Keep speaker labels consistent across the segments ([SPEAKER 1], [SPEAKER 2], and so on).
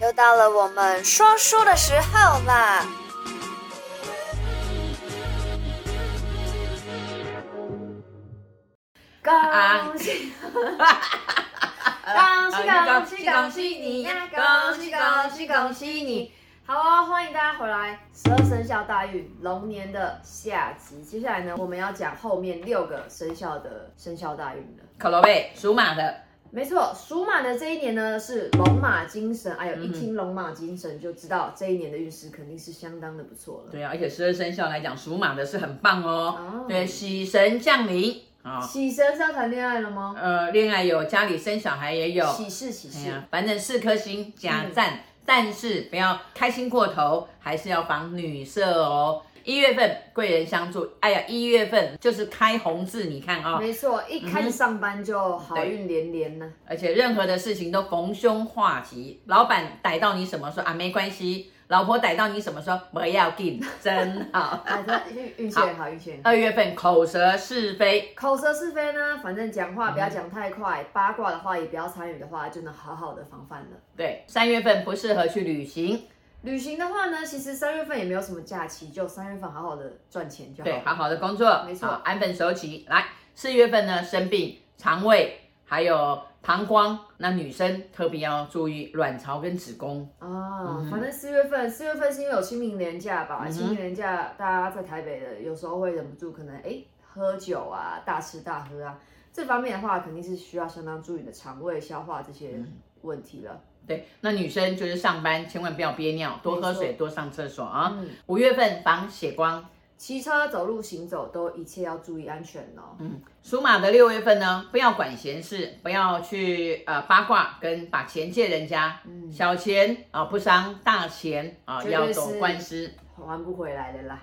[SPEAKER 1] 又到了我们说书的时候啦！恭喜呃恭喜恭喜你呀！恭喜恭喜恭喜你！
[SPEAKER 2] 好哦，欢迎大家回来。十二生肖大运龙年的下集，接下来呢，我们要讲后面六个生肖的生肖大运了。
[SPEAKER 3] 可罗贝属马的，
[SPEAKER 2] 没错，属马的这一年呢是龙马精神，哎呦，
[SPEAKER 3] 嗯
[SPEAKER 2] 一听龙马精神就知道这一年的运势肯定是相当的不错了。
[SPEAKER 3] 对啊，而且十二生肖来讲，属马的是很棒哦。
[SPEAKER 2] 哦，
[SPEAKER 3] 对，喜神降临啊、
[SPEAKER 2] 喜神是要谈恋爱了吗？
[SPEAKER 3] 呃，恋爱有，家里生小孩也有，
[SPEAKER 2] 喜事喜
[SPEAKER 3] 哎
[SPEAKER 2] 事，
[SPEAKER 3] 呀，反正四颗星加赞，但是不要开心过头，还是要防女色哦。一月份贵人相助，哎呀，一月份就是开红字，你看啊、哦，
[SPEAKER 2] 没错，一开始上班就好运连连呢、
[SPEAKER 3] 而且任何的事情都逢凶化吉。老板逮到你什么说啊没关系，老婆逮到你什么说不要 紧，真好。
[SPEAKER 2] 啊，他运运气也好，运气也好。
[SPEAKER 3] 二月份口舌是非，
[SPEAKER 2] 口舌是非呢，反正讲话不要讲太快，八卦的话也不要参与的话，就能好好的防范了。
[SPEAKER 3] 对，三月份不适合去旅行，
[SPEAKER 2] 旅行的话呢，其实三月份也没有什么假期，就三月份好好的赚钱就好
[SPEAKER 3] 对，
[SPEAKER 2] 了。
[SPEAKER 3] 好好的工作，
[SPEAKER 2] 没错
[SPEAKER 3] 好安分守己。来，四月份呢，生病，肠胃还有膀胱，那女生特别要注意卵巢跟子宫。
[SPEAKER 2] 啊、
[SPEAKER 3] 嗯
[SPEAKER 2] 反正四月份，四月份是因为有清明年假吧？
[SPEAKER 3] 嗯哼
[SPEAKER 2] 清明年假大家在台北的，有时候会忍不住可能哎、诶喝酒啊，大吃大喝啊，这方面的话肯定是需要相当注意的肠胃消化这些
[SPEAKER 3] 嗯
[SPEAKER 2] 问题了。
[SPEAKER 3] 对，那女生就是上班千万不要憋尿，多喝水，
[SPEAKER 2] 没
[SPEAKER 3] 多上厕所啊。
[SPEAKER 2] 嗯，
[SPEAKER 3] 五月份防血光，
[SPEAKER 2] 骑车、走路、行走都一切要注意安全哦。
[SPEAKER 3] 嗯属马的六月份呢，不要管闲事，不要去呃八卦跟把钱借人家，
[SPEAKER 2] 嗯，
[SPEAKER 3] 小钱啊、不伤大钱啊、
[SPEAKER 2] 绝对
[SPEAKER 3] 要走
[SPEAKER 2] 是
[SPEAKER 3] 官司。
[SPEAKER 2] 还不回来的啦。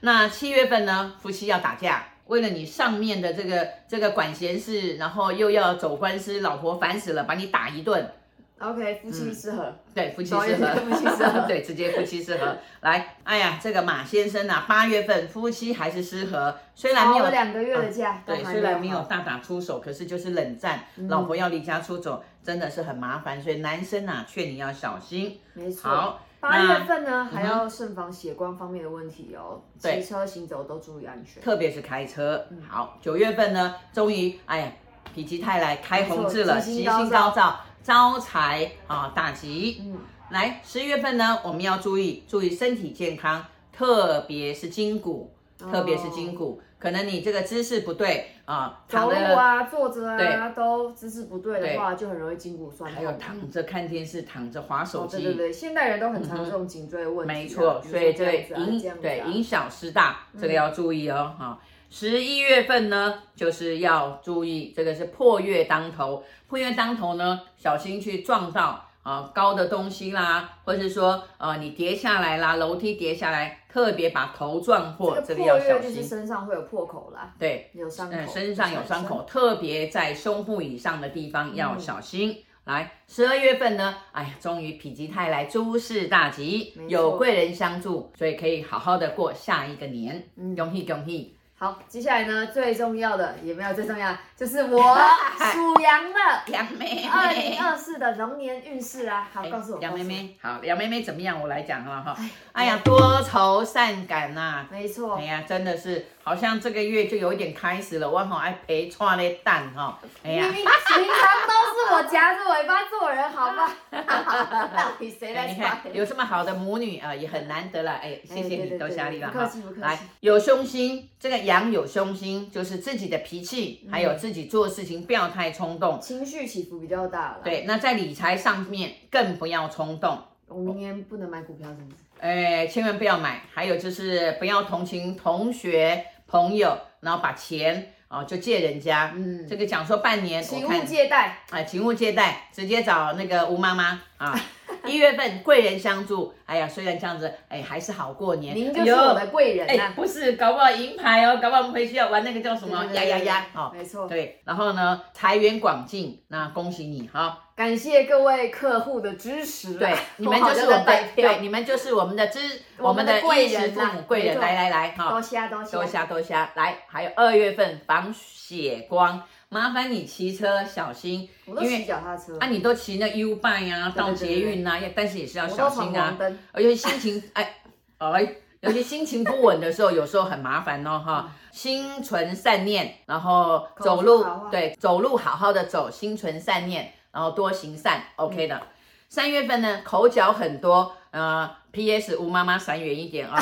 [SPEAKER 3] 那七月份呢，夫妻要打架，为了你上面的这个这个管闲事，然后又要走官司，老婆烦死了，把你打一顿。
[SPEAKER 2] OK，夫妻适合。
[SPEAKER 3] 对，夫妻
[SPEAKER 2] 导
[SPEAKER 3] 适
[SPEAKER 2] 演
[SPEAKER 3] 合，
[SPEAKER 2] 夫妻适合
[SPEAKER 3] 对，直接夫妻适合。来，哎呀，这个马先生啊，八月份夫妻还是失和，虽然没
[SPEAKER 2] 熬
[SPEAKER 3] 有嗯
[SPEAKER 2] 了两个月的假，都
[SPEAKER 3] 对，
[SPEAKER 2] 还
[SPEAKER 3] 虽然没
[SPEAKER 2] 好嗯
[SPEAKER 3] 有大打出手，可是就是冷战，老婆要离家出走，真的是很麻烦，所以男生啊，劝你要小心。
[SPEAKER 2] 没错。
[SPEAKER 3] 好，
[SPEAKER 2] 八
[SPEAKER 3] 那嗯
[SPEAKER 2] 月份呢，还要慎防血光方面的问题哦。
[SPEAKER 3] 对
[SPEAKER 2] 骑车、行走都注意安全。
[SPEAKER 3] 特别是开车。
[SPEAKER 2] 嗯
[SPEAKER 3] 好，九月份呢，终于哎呀，否极泰来，开红字了，
[SPEAKER 2] 没错吉
[SPEAKER 3] 吉
[SPEAKER 2] 星
[SPEAKER 3] 星
[SPEAKER 2] 高
[SPEAKER 3] 高照，招财啊，大吉。
[SPEAKER 2] 嗯，
[SPEAKER 3] 来，十月份呢，我们要注意注意身体健康，特别是筋骨，
[SPEAKER 2] 哦
[SPEAKER 3] 特别是筋骨，可能你这个姿势不对啊，躺
[SPEAKER 2] 走路
[SPEAKER 3] 着。
[SPEAKER 2] 啊、坐着啊，
[SPEAKER 3] 对
[SPEAKER 2] 都姿势不对的话，就很容易筋骨酸
[SPEAKER 3] 还有
[SPEAKER 2] 痛。
[SPEAKER 3] 躺着看电视，躺着划手
[SPEAKER 2] 哦，
[SPEAKER 3] 机，
[SPEAKER 2] 对对对，现代人都很常这种颈椎问题啊。
[SPEAKER 3] 嗯没错，
[SPEAKER 2] 比如
[SPEAKER 3] 所
[SPEAKER 2] 说
[SPEAKER 3] 以
[SPEAKER 2] 这
[SPEAKER 3] 对
[SPEAKER 2] 样子啊这
[SPEAKER 3] 影
[SPEAKER 2] 样子
[SPEAKER 3] 对
[SPEAKER 2] 啊嗯
[SPEAKER 3] 影小失大，这个要注意哦。哈、十一月份呢，就是要注意，这个是破月当头，破月当头呢，小心去撞到啊高的东西啦，或是说呃你跌下来啦，楼梯跌下来，特别把头撞破，
[SPEAKER 2] 这
[SPEAKER 3] 这个
[SPEAKER 2] 个
[SPEAKER 3] 要
[SPEAKER 2] 破
[SPEAKER 3] 小
[SPEAKER 2] 月就是
[SPEAKER 3] 心。
[SPEAKER 2] 身上会有破口啦，
[SPEAKER 3] 对，
[SPEAKER 2] 有伤口
[SPEAKER 3] 嗯，，身上有伤口，特别在胸部以上的地方要小心。
[SPEAKER 2] 嗯
[SPEAKER 3] 来，十二月份呢，哎呀，终于否极泰来，诸事大吉
[SPEAKER 2] 没，错
[SPEAKER 3] 有贵人相助，所以可以好好的过下一个年。
[SPEAKER 2] 嗯
[SPEAKER 3] 恭喜恭喜！
[SPEAKER 2] 好，接下来呢，最重要的也没有最重要，就是 我属羊的
[SPEAKER 3] 梁妹
[SPEAKER 2] 二零
[SPEAKER 3] 妹，
[SPEAKER 2] 二四的龙年运势啊，哎好，告诉我，
[SPEAKER 3] 梁
[SPEAKER 2] 告
[SPEAKER 3] 哎妹
[SPEAKER 2] 诉我，
[SPEAKER 3] 妹，好，梁妹妹怎么样？我来讲了哈。哎呀，多愁善感呐、
[SPEAKER 2] 没错
[SPEAKER 3] 哎，呀，真的是，好像这个月就有一点开始了，我好爱陪串的蛋哈、哎
[SPEAKER 2] 明
[SPEAKER 3] 呀
[SPEAKER 2] 明，平常都是我夹着尾巴做人，好 吧？ 到底谁
[SPEAKER 3] 哎
[SPEAKER 2] 来
[SPEAKER 3] 你看
[SPEAKER 2] 耍？
[SPEAKER 3] 有这么好的母女啊、呃也很难得了。哎，谢谢
[SPEAKER 2] 对
[SPEAKER 3] 你
[SPEAKER 2] 对
[SPEAKER 3] 都
[SPEAKER 2] 对
[SPEAKER 3] 下力了
[SPEAKER 2] 不客
[SPEAKER 3] 哈
[SPEAKER 2] 气不客。气
[SPEAKER 3] 来，有凶心，这个羊有凶心，就是自己的脾气，
[SPEAKER 2] 嗯
[SPEAKER 3] 还有自己做事情不要太冲动。哎
[SPEAKER 2] 情绪起伏比较大了。，
[SPEAKER 3] 对，那在理财上面更不要冲动，
[SPEAKER 2] 我明年不能买股票，是不是？
[SPEAKER 3] 哎，千万不要买。还有就是不要同情同学朋友，然后把钱啊、就借人家。
[SPEAKER 2] 嗯
[SPEAKER 3] 这个讲说半年，
[SPEAKER 2] 请
[SPEAKER 3] 我看
[SPEAKER 2] 勿借贷，
[SPEAKER 3] 啊，勤务借贷，直接找那个吴妈妈啊。一月份贵人相助，哎呀，虽然这样子，哎，还是好过年。
[SPEAKER 2] 您就是我
[SPEAKER 3] 哎
[SPEAKER 2] 的贵人
[SPEAKER 3] 呦哎
[SPEAKER 2] 呐。
[SPEAKER 3] 不是，搞不好银牌哦，搞不好我们回去要玩那个叫什么
[SPEAKER 2] 对
[SPEAKER 3] 呀呀呀，
[SPEAKER 2] 对
[SPEAKER 3] 哦，
[SPEAKER 2] 没错。
[SPEAKER 3] 对，然后呢，财源广进，那恭喜你哈、
[SPEAKER 2] 感谢各位客户的支持啊。
[SPEAKER 3] 对，你们
[SPEAKER 2] 我好
[SPEAKER 3] 就
[SPEAKER 2] 像
[SPEAKER 3] 是我
[SPEAKER 2] 在
[SPEAKER 3] 们的
[SPEAKER 2] 带，票
[SPEAKER 3] 对，，你们就是我们的支，
[SPEAKER 2] 我
[SPEAKER 3] 我
[SPEAKER 2] 们
[SPEAKER 3] 们
[SPEAKER 2] 的
[SPEAKER 3] 的
[SPEAKER 2] 贵
[SPEAKER 3] 衣食
[SPEAKER 2] 人
[SPEAKER 3] 父
[SPEAKER 2] 啦
[SPEAKER 3] 母贵人，
[SPEAKER 2] 没错
[SPEAKER 3] 来来来，哈、
[SPEAKER 2] 多虾多
[SPEAKER 3] 多
[SPEAKER 2] 虾。
[SPEAKER 3] 虾多虾，来，还有二月份防血光，麻烦你骑车小心，
[SPEAKER 2] 我都
[SPEAKER 3] 因为
[SPEAKER 2] 骑脚踏车，
[SPEAKER 3] 啊，你都骑那 U bike 啊，
[SPEAKER 2] 对
[SPEAKER 3] 到
[SPEAKER 2] 对对
[SPEAKER 3] 捷运啊，但是也是要
[SPEAKER 2] 我
[SPEAKER 3] 小
[SPEAKER 2] 都闯
[SPEAKER 3] 心啊
[SPEAKER 2] 黄，灯，
[SPEAKER 3] 而且心情哎 哎，尤其心情不稳的时候，有时候很麻烦哦哈。心存善念，然后
[SPEAKER 2] 嗯
[SPEAKER 3] 走
[SPEAKER 2] 口
[SPEAKER 3] 路
[SPEAKER 2] 是好话
[SPEAKER 3] 对走路好好的走，心存善念，然后多行善，OK
[SPEAKER 2] 嗯
[SPEAKER 3] 的。三月份呢，口角很多，呃，PS 吴妈妈闪远一点 啊、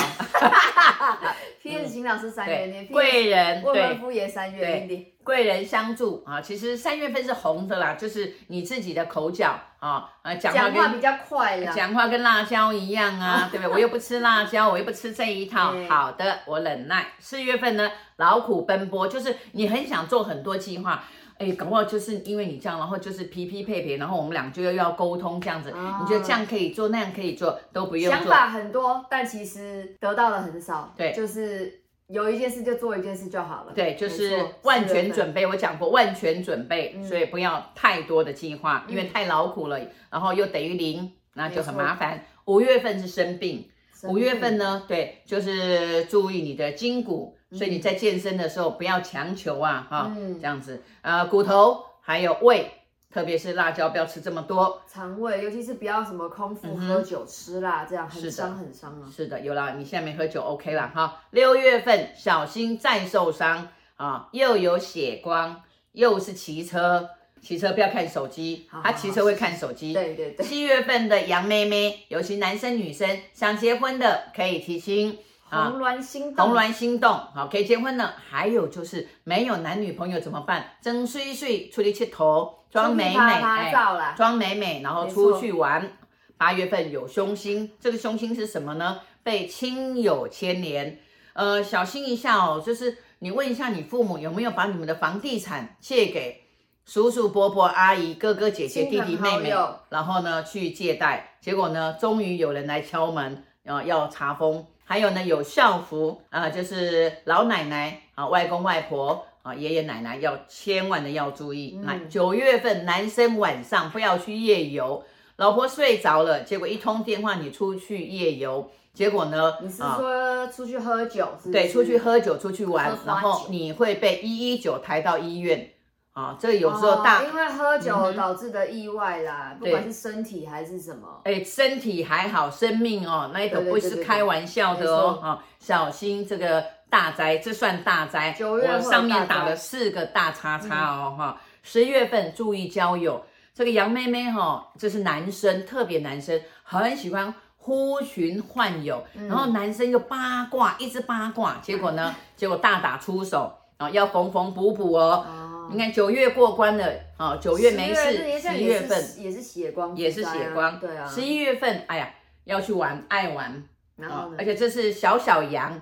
[SPEAKER 2] p s 新郎是三元
[SPEAKER 3] 嗯
[SPEAKER 2] 年，，
[SPEAKER 3] 对贵人
[SPEAKER 2] 未
[SPEAKER 3] 对
[SPEAKER 2] 婚夫也三元年，
[SPEAKER 3] 贵人相助啊，其实三月份是红的啦，就是你自己的口角啊啊，讲话
[SPEAKER 2] 讲话比
[SPEAKER 3] 跟
[SPEAKER 2] 较快啦。
[SPEAKER 3] 讲话跟辣椒一 样啊，对不对？我又不吃辣椒，我又不吃这一套。
[SPEAKER 2] 对
[SPEAKER 3] 好的，我忍耐。四月份呢，劳苦奔波，就是你很想做很多计划。哎，搞不好就是因为你这样，然后就是匹匹配配，然后我们俩就又要沟通这样子，
[SPEAKER 2] 啊
[SPEAKER 3] 你觉得这样可以做，那样可以做，都不用
[SPEAKER 2] 想
[SPEAKER 3] 做。
[SPEAKER 2] 法很多，但其实得到的很少。
[SPEAKER 3] 对
[SPEAKER 2] 就是有一件事就做一件事就好了。
[SPEAKER 3] 对，就
[SPEAKER 2] 没
[SPEAKER 3] 是
[SPEAKER 2] 错
[SPEAKER 3] 万全。
[SPEAKER 2] 是的
[SPEAKER 3] 准备。我讲过万全准备，
[SPEAKER 2] 嗯
[SPEAKER 3] 所以不要太多的计划，因为
[SPEAKER 2] 嗯
[SPEAKER 3] 太劳苦了，然后又等于零，那就
[SPEAKER 2] 没
[SPEAKER 3] 很
[SPEAKER 2] 错
[SPEAKER 3] 麻烦。五月份是生病，
[SPEAKER 2] 生
[SPEAKER 3] 五月份
[SPEAKER 2] 病
[SPEAKER 3] 呢，对，就是注意你的筋骨，所以你在健身的时候不要强求啊，哈、
[SPEAKER 2] 嗯
[SPEAKER 3] 这样子，呃，骨头还有胃，特别是辣椒不要吃这么多。
[SPEAKER 2] 肠胃，尤其是不要什么空腹
[SPEAKER 3] 嗯哼
[SPEAKER 2] 喝酒吃辣，这样
[SPEAKER 3] 是
[SPEAKER 2] 很
[SPEAKER 3] 的
[SPEAKER 2] 伤很伤啊。
[SPEAKER 3] 是的，有啦，你现在没喝酒，OK 啦，哈。六月份小心再受伤啊，又有血光，又是骑车，骑车不要看手机
[SPEAKER 2] 好，
[SPEAKER 3] 他
[SPEAKER 2] 好
[SPEAKER 3] 骑
[SPEAKER 2] 好
[SPEAKER 3] 车会看手机。
[SPEAKER 2] 对对对，
[SPEAKER 3] 七月份的羊妹妹，尤其男生女生想结婚的可以提亲，啊
[SPEAKER 2] 红鸾心动，
[SPEAKER 3] 红鸾心动，好可以结婚了。还有就是没有男女朋友怎么办？真碎碎出去切头，装美美，哎
[SPEAKER 2] 啪啪照啦。
[SPEAKER 3] 装美美，然后
[SPEAKER 2] 没
[SPEAKER 3] 出
[SPEAKER 2] 错
[SPEAKER 3] 去玩。八月份有凶星，这个凶星是什么呢？被亲友牵连，呃，小心一下哦。就是你问一下你父母有没有把你们的房地产借给叔叔、伯伯、阿姨、哥哥、姐姐、弟
[SPEAKER 2] 亲
[SPEAKER 3] 弟、
[SPEAKER 2] 朋
[SPEAKER 3] 妹
[SPEAKER 2] 好
[SPEAKER 3] 妹
[SPEAKER 2] 友，
[SPEAKER 3] 然后呢去借贷，结果呢，终于有人来敲门，呃，要查封。还有呢，有校服啊、就是老奶奶啊、外公外婆啊、爷爷奶奶要千万的要注意。
[SPEAKER 2] 嗯
[SPEAKER 3] 来、九月份男生晚上不要去夜游，老婆睡着了，结果一通电话你出去夜游，结果呢，
[SPEAKER 2] 你是
[SPEAKER 3] 啊
[SPEAKER 2] 说出去喝酒是不是？
[SPEAKER 3] 对，出去喝酒、出去
[SPEAKER 2] 喝，
[SPEAKER 3] 玩
[SPEAKER 2] 花
[SPEAKER 3] 然后
[SPEAKER 2] 酒
[SPEAKER 3] 你会被一一九抬到医院啊。这有时候大
[SPEAKER 2] 哦因为喝酒
[SPEAKER 3] 嗯哼
[SPEAKER 2] 导致的意外啦，不
[SPEAKER 3] 对
[SPEAKER 2] 管是身体还是什么。
[SPEAKER 3] 哎，身体还好，生命哦，那个
[SPEAKER 2] 对对
[SPEAKER 3] 不是
[SPEAKER 2] 对对
[SPEAKER 3] 开玩笑的
[SPEAKER 2] 没
[SPEAKER 3] 哦
[SPEAKER 2] 错，
[SPEAKER 3] 啊，小心这个大灾，这算大灾。
[SPEAKER 2] 九月会有
[SPEAKER 3] 我上面打
[SPEAKER 2] 大灾嗯
[SPEAKER 3] 了四个大叉叉哦，哈、十月份注意交友，这个杨妹妹哈、这是男生，特别男生很喜欢。呼群唤友，
[SPEAKER 2] 嗯
[SPEAKER 3] 然后男生又八卦，一直八卦，结果 呢，结果大打出手啊，要缝缝补补哦。
[SPEAKER 2] 哦
[SPEAKER 3] 你看九月过关了啊，九月没
[SPEAKER 2] 十
[SPEAKER 3] 事，
[SPEAKER 2] 月这
[SPEAKER 3] 十
[SPEAKER 2] 也
[SPEAKER 3] 月
[SPEAKER 2] 是
[SPEAKER 3] 份
[SPEAKER 2] 也是血光之灾啊，
[SPEAKER 3] 也是血光。
[SPEAKER 2] 对啊。
[SPEAKER 3] 十一月份，哎呀，要去玩，爱玩
[SPEAKER 2] 然
[SPEAKER 3] 啊
[SPEAKER 2] 后！呢
[SPEAKER 3] 而？且这是小小羊，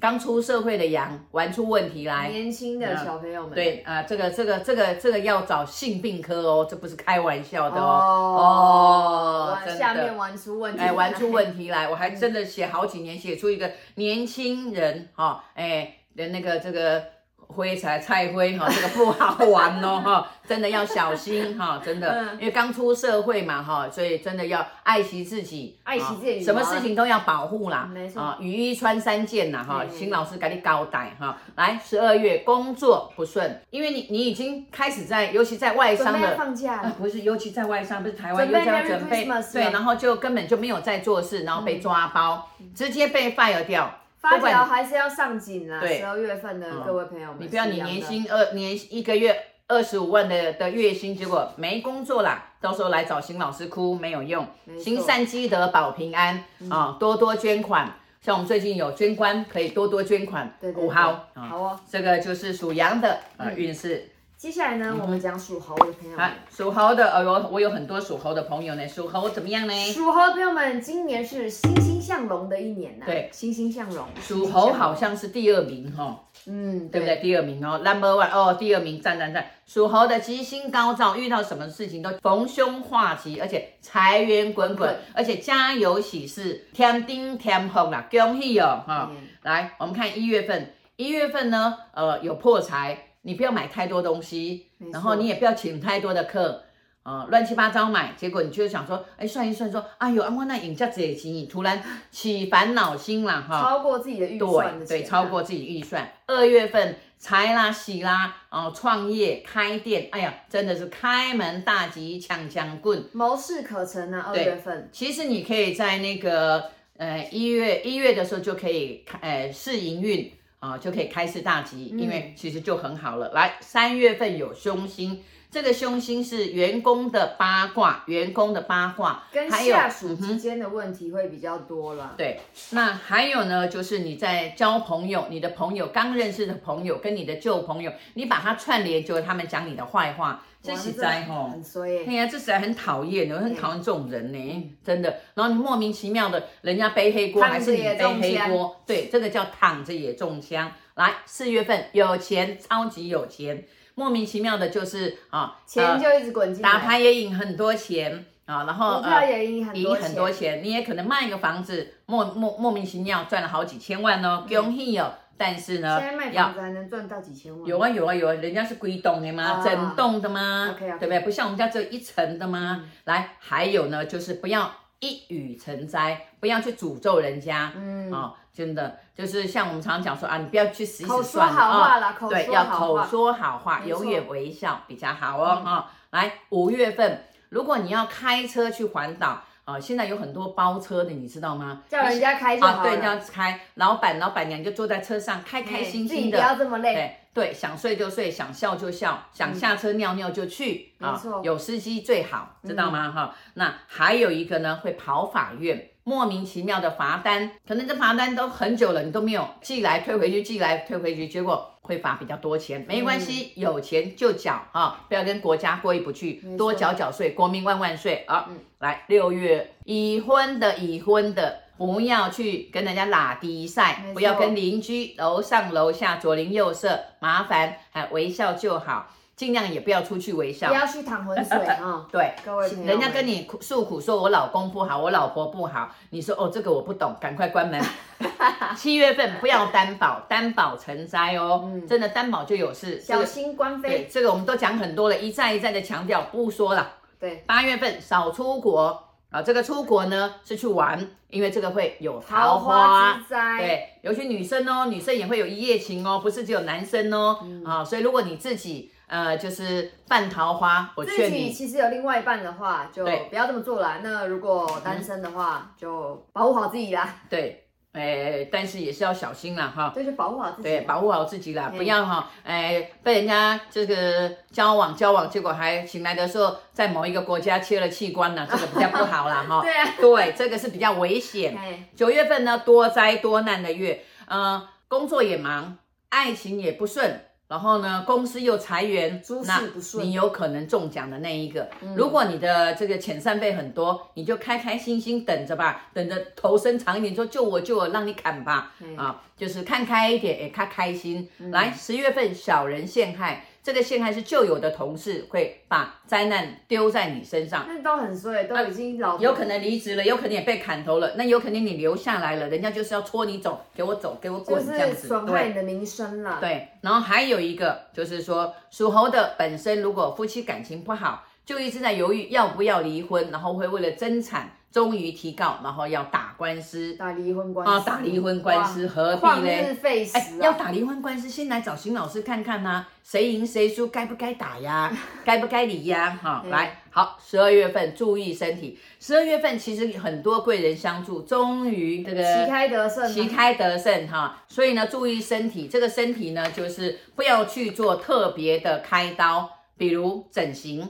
[SPEAKER 3] 刚出社会的羊，玩出问题来。
[SPEAKER 2] 年轻的小朋友们，
[SPEAKER 3] 对啊、这个这个这个这个要找性病科哦，这不是开玩笑的哦。
[SPEAKER 2] 哦
[SPEAKER 3] 哦
[SPEAKER 2] 玩
[SPEAKER 3] 真的
[SPEAKER 2] 下面玩出问题，
[SPEAKER 3] 哎，玩出问题来，我还真的写好几年，写出一个年轻人哈、哎的那个这个灰才菜灰哈、这个不好玩哦哈、 真的要小心哈、真的，
[SPEAKER 2] 嗯
[SPEAKER 3] 因为刚出社会嘛哈、所以真的要爱惜自己，
[SPEAKER 2] 爱惜自己
[SPEAKER 3] 啊什么事情都要保护啦，
[SPEAKER 2] 没错
[SPEAKER 3] 啊，雨衣穿三件呐哈，
[SPEAKER 2] 嗯
[SPEAKER 3] 邢老师给你交代哈，来十二月工作不顺，因为你你已经开始在，尤其在外
[SPEAKER 2] 准
[SPEAKER 3] 商
[SPEAKER 2] 备要
[SPEAKER 3] 的。
[SPEAKER 2] 放假
[SPEAKER 3] 啊，
[SPEAKER 2] 了，
[SPEAKER 3] 不是，尤其在外商，不是台湾，
[SPEAKER 2] 嗯准
[SPEAKER 3] 又
[SPEAKER 2] 备
[SPEAKER 3] 在
[SPEAKER 2] Merry
[SPEAKER 3] 准备
[SPEAKER 2] Christmas 嗯
[SPEAKER 3] 对，
[SPEAKER 2] 了
[SPEAKER 3] 然后就根本就没有在做事，然后被抓包，直接被 fire 掉。
[SPEAKER 2] 嗯发
[SPEAKER 3] 不管
[SPEAKER 2] 条还是要上紧啦。
[SPEAKER 3] 对嗯
[SPEAKER 2] 十二月份的各位朋友们，
[SPEAKER 3] 你不要你
[SPEAKER 2] 是一样的
[SPEAKER 3] 年薪二年一个月二十五万的的月薪，结果没工作啦，到时候来找邢老师哭没有用。
[SPEAKER 2] 没错嗯
[SPEAKER 3] 行善积德保平安啊、多多捐款。像我们最近有捐官，可以多多捐款。
[SPEAKER 2] 对对对
[SPEAKER 3] 五号啊、
[SPEAKER 2] 好哦。嗯
[SPEAKER 3] 这个就是属羊的呃运势。
[SPEAKER 2] 接下来呢，我们讲属猴的朋友
[SPEAKER 3] 啊
[SPEAKER 2] 们，，
[SPEAKER 3] 属猴的，哎呦，我有很多属猴的朋友呢。属猴怎么样呢？
[SPEAKER 2] 属猴的朋友们，今年是欣欣向荣的一年呐。
[SPEAKER 3] 对
[SPEAKER 2] 欣欣向荣。
[SPEAKER 3] 属猴好，像是第二名哈、哦。
[SPEAKER 2] 嗯，
[SPEAKER 3] 对不对？？第二名哦，Number One 哦，第二名，赞赞赞！属猴的吉星高照，遇到什么事情都逢凶化吉，而且财源滚滚
[SPEAKER 2] 滚，
[SPEAKER 3] 而且家有喜事，天丁天福啦，恭喜哦哈、
[SPEAKER 2] 嗯
[SPEAKER 3] 来，我们看一月份，一月份呢，呃，有破财，你不要买太多东西
[SPEAKER 2] 没，错
[SPEAKER 3] 然后你也不要请太多的客。呃，乱七八糟买，结果你就想说，哎，算一算说，哎呦，啊，我那引价这钱，你突然起烦恼心了哈。
[SPEAKER 2] 超过自己的预算的钱
[SPEAKER 3] 对对，
[SPEAKER 2] 啊
[SPEAKER 3] 超过自己预算。二月份财啦、喜啦、哦，创业、开店，哎呀，真的是开门大吉，抢抢棍。
[SPEAKER 2] 谋事可成啊，二
[SPEAKER 3] 对
[SPEAKER 2] 月份
[SPEAKER 3] 其实你可以在那个呃一月一月的时候就可以开呃试营运啊、就可以开市大吉，因
[SPEAKER 2] 嗯
[SPEAKER 3] 为其实就很好了。来，三月份有凶星，这个凶星是员工的八卦，员工的八卦，
[SPEAKER 2] 跟
[SPEAKER 3] 还有
[SPEAKER 2] 下属
[SPEAKER 3] 嗯哼
[SPEAKER 2] 之间的问题会比较多啦。
[SPEAKER 3] 对，那还有呢，就是你在交朋友，你的朋友刚认识的朋友跟你的旧朋友，你把他串联，就是他们讲你的坏话，这
[SPEAKER 2] 哇
[SPEAKER 3] 实
[SPEAKER 2] 那
[SPEAKER 3] 在
[SPEAKER 2] 真的
[SPEAKER 3] 吼。
[SPEAKER 2] 很衰耶、
[SPEAKER 3] 哎呀，这实在很讨厌，我很
[SPEAKER 2] 嗯
[SPEAKER 3] 讨厌这种人呢、真的。然后你莫名其妙的，人家背黑锅
[SPEAKER 2] 躺
[SPEAKER 3] 还是
[SPEAKER 2] 着
[SPEAKER 3] 你
[SPEAKER 2] 也
[SPEAKER 3] 背
[SPEAKER 2] 中
[SPEAKER 3] 黑
[SPEAKER 2] 枪
[SPEAKER 3] 锅，对，这个叫躺着也中枪。来，四月份有钱，超级有钱，莫名其妙的就是啊，
[SPEAKER 2] 钱
[SPEAKER 3] 呃、
[SPEAKER 2] 就一直滚进来，
[SPEAKER 3] 打牌也赢很多钱啊，然后
[SPEAKER 2] 股票
[SPEAKER 3] 呃
[SPEAKER 2] 也赢很
[SPEAKER 3] 赢
[SPEAKER 2] 多
[SPEAKER 3] 很多钱，你也可能卖个房子，莫莫莫名其妙赚了好几千万哦，恭喜哦！但是呢
[SPEAKER 2] 嗯现在卖，
[SPEAKER 3] 要
[SPEAKER 2] 房子还能赚到几千万？
[SPEAKER 3] 有啊有啊有啊，人家是归栋的嘛，
[SPEAKER 2] 啊
[SPEAKER 3] 整栋的嘛
[SPEAKER 2] OK，OK 嗯
[SPEAKER 3] 对不对？不像我们家只有一层的嘛。来，还有呢，就是不要一语成灾，不要去诅咒人家。
[SPEAKER 2] 嗯，
[SPEAKER 3] 哦，真的就是像我们常讲说啊，你不要去死
[SPEAKER 2] 口
[SPEAKER 3] 死
[SPEAKER 2] 说
[SPEAKER 3] 算了
[SPEAKER 2] 好话
[SPEAKER 3] 啊、
[SPEAKER 2] 啦，口
[SPEAKER 3] 对，
[SPEAKER 2] 说
[SPEAKER 3] 要
[SPEAKER 2] 好
[SPEAKER 3] 口
[SPEAKER 2] 话，
[SPEAKER 3] 说好话，
[SPEAKER 2] 没错嗯
[SPEAKER 3] 永远微笑比较好哦。哦，来，五月份如果你要开车去环岛啊、现在有很多包车的，你知道吗？
[SPEAKER 2] 叫人家开就
[SPEAKER 3] 啊，
[SPEAKER 2] 好
[SPEAKER 3] 对，
[SPEAKER 2] 了，哎
[SPEAKER 3] 要开，老板老板娘就坐在车上，开开心
[SPEAKER 2] 自己
[SPEAKER 3] 心
[SPEAKER 2] 不
[SPEAKER 3] 的，
[SPEAKER 2] 要这么累。嗯
[SPEAKER 3] 对对，想睡就睡，想笑就笑，想下车尿尿就去、啊
[SPEAKER 2] 没错嗯
[SPEAKER 3] 有司机最好，知道吗？哈、那还有一个呢，会跑法院。莫名其妙的罚单，可能这罚单都很久了，你都没有寄来退回去，寄来退回去，结果会罚比较多钱，没关系，有钱就缴啊、不要跟国家过意不去
[SPEAKER 2] 嗯没，错
[SPEAKER 3] 多缴缴税，国民万万岁啊！
[SPEAKER 2] 嗯
[SPEAKER 3] 来，六月已婚的已婚的，不要去跟人家拉低赛
[SPEAKER 2] 没，错
[SPEAKER 3] 不要跟邻居楼上楼下左邻右舍，麻烦还微笑就好，尽量也不要出去微笑！
[SPEAKER 2] 不。要去淌浑水啊
[SPEAKER 3] 对，
[SPEAKER 2] 各位朋友们
[SPEAKER 3] 人家跟你诉苦说我老公不好，我老婆不好，你说哦这个我不懂，赶快关门。 七月份不要担保，担保成灾哦，
[SPEAKER 2] 嗯
[SPEAKER 3] 真的担保就有事。这
[SPEAKER 2] 小
[SPEAKER 3] 个
[SPEAKER 2] 心官
[SPEAKER 3] 对
[SPEAKER 2] 非。
[SPEAKER 3] 这个我们都讲很多了，一再一再的强调，不说了。
[SPEAKER 2] 对，
[SPEAKER 3] 八月份少出国啊，这个出国呢是去玩，因为这个会有桃花。
[SPEAKER 2] 之灾。
[SPEAKER 3] 对，尤其女生哦，女生也会有一夜情哦，不是只有男生哦、
[SPEAKER 2] 嗯
[SPEAKER 3] 啊，所以如果你自己呃就是犯桃花，我
[SPEAKER 2] 自
[SPEAKER 3] 劝
[SPEAKER 2] 己
[SPEAKER 3] 你
[SPEAKER 2] 其实有另外一半的话，就
[SPEAKER 3] 对
[SPEAKER 2] 不要这么做啦。那如果单身的话，就保护好自己啦。
[SPEAKER 3] 对，哎，但是也是要小心啦哈。
[SPEAKER 2] 对，就保护好自己。
[SPEAKER 3] 嗯对，保护好自己啦，
[SPEAKER 2] 嗯
[SPEAKER 3] 不要哈，哎，被人家这个交往交往，结果还醒来的时候在某一个国家切了器官呢，这个比较不好啦 哈。
[SPEAKER 2] 对啊。
[SPEAKER 3] 对，这个是比较危险。
[SPEAKER 2] 哎，
[SPEAKER 3] 九月份呢，多灾多难的月，呃，工作也忙，爱情也不顺，然后呢，公司又裁员，
[SPEAKER 2] 诸事
[SPEAKER 3] 那
[SPEAKER 2] 不顺嗯
[SPEAKER 3] 你有可能中奖的那一个。如果你的这个遣散费很多，你就开开心心等着吧，等着头伸长一点，说救我救我，让你砍吧，
[SPEAKER 2] 嗯
[SPEAKER 3] 啊，就是看开一点，也看开心。来，十月份小人陷害。这个陷害是旧有的同事会把灾难丢在你身上，
[SPEAKER 2] 那都很衰，都已经老
[SPEAKER 3] 啊有可能离职了，有可能也被砍头了，那有可能你留下来了，人家就是要戳你走，给我走，给我
[SPEAKER 2] 就
[SPEAKER 3] 滚这样
[SPEAKER 2] 是
[SPEAKER 3] 子，
[SPEAKER 2] 损害
[SPEAKER 3] 对
[SPEAKER 2] 你的名声啦。
[SPEAKER 3] 对。然后还有一个就是说，属猴的本身如果夫妻感情不好，就一直在犹豫要不要离婚，然后会为了争产，终于提告，然后要打官司
[SPEAKER 2] 打离婚官司
[SPEAKER 3] 啊，打离婚官司，何
[SPEAKER 2] 哇
[SPEAKER 3] 必
[SPEAKER 2] 旷
[SPEAKER 3] 呢
[SPEAKER 2] 日？费
[SPEAKER 3] 哎
[SPEAKER 2] 时，
[SPEAKER 3] 要
[SPEAKER 2] 啊！
[SPEAKER 3] 打离婚官司，先来找邢老师看看呐、啊谁赢谁输，该不该打 呀？该不该离呀？哈、
[SPEAKER 2] 嗯
[SPEAKER 3] 来，好，十二月份注意身体。十二月份其实很多贵人相助，终于这
[SPEAKER 2] 旗
[SPEAKER 3] 个
[SPEAKER 2] 开得胜啊，
[SPEAKER 3] 旗开得胜哈、所以呢，注意身体。这个身体呢，就是不要去做特别的开刀，比如整形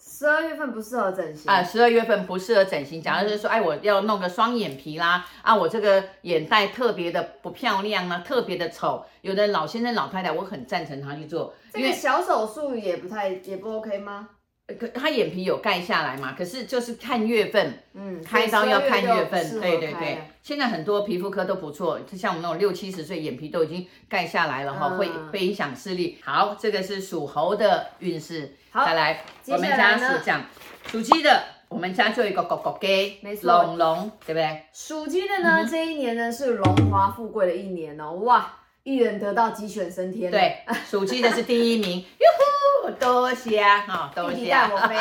[SPEAKER 2] 十二月份不适合整形
[SPEAKER 3] 啊。十、二月份不适合整形，假如是说，哎，我要弄个双眼皮啦，啊，我这个眼袋特别的不漂亮啊，特别的丑。有的老先生、老太太，我很赞成他去做，
[SPEAKER 2] 这个小手术也不太也不 OK 吗？
[SPEAKER 3] 呃可他眼皮有盖下来嘛，可是就是看月份，
[SPEAKER 2] 嗯，
[SPEAKER 3] 开刀要看月
[SPEAKER 2] 所
[SPEAKER 3] 份，
[SPEAKER 2] 以12就适合
[SPEAKER 3] 对对
[SPEAKER 2] 开
[SPEAKER 3] 对
[SPEAKER 2] 了。
[SPEAKER 3] 现在很多皮肤科都不错，就像我们那种六七十岁眼皮都已经盖下来了哈，
[SPEAKER 2] 嗯
[SPEAKER 3] 会会影响视力。好，这个是属猴的运势。
[SPEAKER 2] 好
[SPEAKER 3] 再来，
[SPEAKER 2] 接
[SPEAKER 3] 我们
[SPEAKER 2] 下来
[SPEAKER 3] 家
[SPEAKER 2] 呢
[SPEAKER 3] 属讲属鸡的，我们家就有一个狗狗鸡
[SPEAKER 2] 没，错
[SPEAKER 3] 龙龙，对不对？
[SPEAKER 2] 属鸡的
[SPEAKER 3] 嗯
[SPEAKER 2] 呢，这一年呢是荣华富贵的一年哦，哇，一人得道鸡犬升天，，
[SPEAKER 3] 对，属鸡的是第一名，哟呼，多谢啊哈，多
[SPEAKER 2] 弟弟
[SPEAKER 3] 谢。
[SPEAKER 2] 带我飞，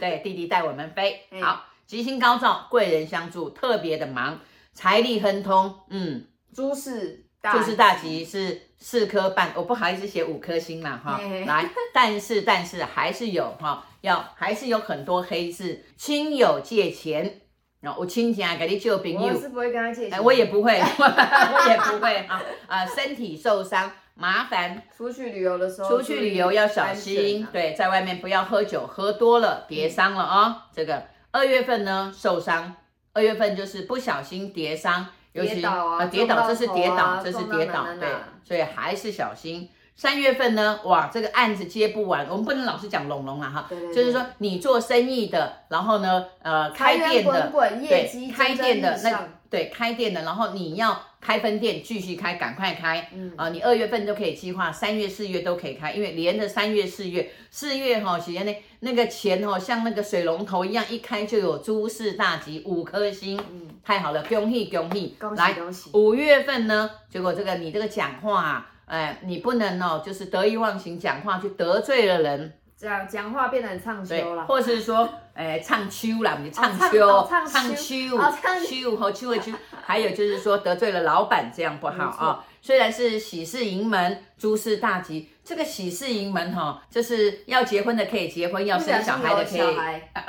[SPEAKER 3] 对，弟弟带我们飞。
[SPEAKER 2] 嗯
[SPEAKER 3] 好，吉星高照，贵人相助，特别的忙，财力亨通。嗯，
[SPEAKER 2] 诸事大
[SPEAKER 3] 就是大吉是四颗半，我不好意思写五颗星啦哈
[SPEAKER 2] 嘿。
[SPEAKER 3] 来，但是但是还是有哈，要还是有很多黑字，亲友借钱，哦，有亲戚啊给你借朋
[SPEAKER 2] 我
[SPEAKER 3] 友，
[SPEAKER 2] 是不会跟他借
[SPEAKER 3] 哎、
[SPEAKER 2] 钱，
[SPEAKER 3] 我也不会， 我也不会哈。啊、身体受伤麻烦，
[SPEAKER 2] 出去旅游的时候，
[SPEAKER 3] 出去旅游要小心，
[SPEAKER 2] 对，
[SPEAKER 3] 对，在外面不要喝酒，喝多
[SPEAKER 2] 嗯
[SPEAKER 3] 了跌伤了啊、这个二月份呢受伤，二月份就是不小心跌伤，尤其
[SPEAKER 2] 跌倒啊
[SPEAKER 3] 跌倒，这是跌
[SPEAKER 2] 撞到头
[SPEAKER 3] 倒，
[SPEAKER 2] 啊
[SPEAKER 3] 这是跌
[SPEAKER 2] 撞
[SPEAKER 3] 倒
[SPEAKER 2] 到，哪哪
[SPEAKER 3] 对
[SPEAKER 2] 哪，
[SPEAKER 3] 所以还是小心。三月份呢，哇，这个案子接不完，我们不能老是讲龙龙啦哈，
[SPEAKER 2] 对对对
[SPEAKER 3] 就是说你做生意的，然后呢，呃，开
[SPEAKER 2] 财
[SPEAKER 3] 店
[SPEAKER 2] 源
[SPEAKER 3] 的
[SPEAKER 2] 滚，滚，业绩
[SPEAKER 3] 对，开店的
[SPEAKER 2] 蒸蒸日
[SPEAKER 3] 那
[SPEAKER 2] 上
[SPEAKER 3] 对开店的，然后你要开分店，继续开，赶快开。
[SPEAKER 2] 嗯
[SPEAKER 3] 啊、你二月份就可以计划，三月、四月都可以开，因为连着三月、四月、四月哈、期间内那个钱哦，像那个水龙头一样，一开就有诸事大吉，五颗星，
[SPEAKER 2] 嗯
[SPEAKER 3] 太好了，恭喜恭喜！
[SPEAKER 2] 恭
[SPEAKER 3] 来
[SPEAKER 2] 喜，恭喜，
[SPEAKER 3] 五月份呢，结果这个你这个讲话、啊，哎，你不能哦，就是得意忘形，讲话去得罪了人，
[SPEAKER 2] 这样讲话变得很畅
[SPEAKER 3] 对
[SPEAKER 2] 销，了。
[SPEAKER 3] 或是说，哎，唱秋啦，你唱
[SPEAKER 2] 唱
[SPEAKER 3] 秋，
[SPEAKER 2] 哦唱
[SPEAKER 3] 唱
[SPEAKER 2] 秋
[SPEAKER 3] 秋
[SPEAKER 2] 哦，唱
[SPEAKER 3] 秋和秋和秋，还有就是说得罪了老板，这样不好
[SPEAKER 2] 没错
[SPEAKER 3] 啊。虽然是喜事迎门，诸事大吉，这个喜事迎门哈、哦就是要结婚的可以结婚，要
[SPEAKER 2] 不
[SPEAKER 3] 生
[SPEAKER 2] 小
[SPEAKER 3] 小
[SPEAKER 2] 心
[SPEAKER 3] 孩的
[SPEAKER 2] 有
[SPEAKER 3] 可
[SPEAKER 2] 小
[SPEAKER 3] 以。
[SPEAKER 2] 孩，
[SPEAKER 3] 啊